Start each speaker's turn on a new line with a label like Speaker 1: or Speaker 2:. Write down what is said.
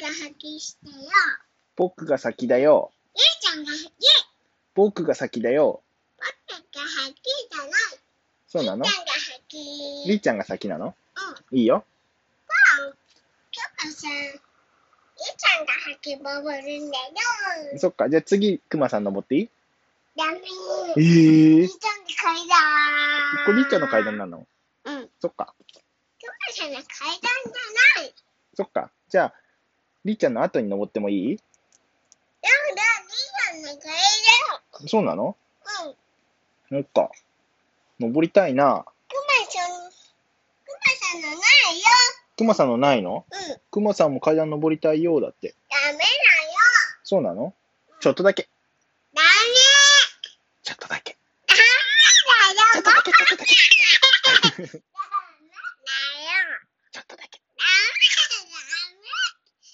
Speaker 1: が吐きしたよ。
Speaker 2: 僕が先だよ。
Speaker 1: ゆうちゃんが吐き、
Speaker 2: 僕が先だよ。
Speaker 1: 僕が吐きじゃない。
Speaker 2: そうなの
Speaker 1: ゆうちゃんが吐き。
Speaker 2: りっちゃんが先なの
Speaker 1: うん。
Speaker 2: いいよ。
Speaker 1: 今日さ、ゆうちゃんが吐きぼるんだよ。
Speaker 2: そっか。じゃあ次、くまさん登っていい
Speaker 1: ダメ。
Speaker 2: え
Speaker 1: ゆう
Speaker 2: ぇ、ー。
Speaker 1: ちゃんの階段。
Speaker 2: これりっちゃんの階段なの
Speaker 1: うん。
Speaker 2: そっか。
Speaker 1: クマさんの階段じゃない。
Speaker 2: そっか。じゃあ、りっちゃんの後に登ってもいい
Speaker 1: だから、みんなの階段。
Speaker 2: そうなの
Speaker 1: うん。
Speaker 2: そっか。登りたいな。
Speaker 1: クマさん、クマさんのないよ。
Speaker 2: くまさんのないの
Speaker 1: うん。
Speaker 2: くまさんも階段登りたいようだって。
Speaker 1: ダメだよ。
Speaker 2: そうなのちょっとだけ。
Speaker 1: ダメ
Speaker 2: ちょっとだけ。
Speaker 1: ダメだよ。
Speaker 2: ちょっとだけ、ちょっとだけ。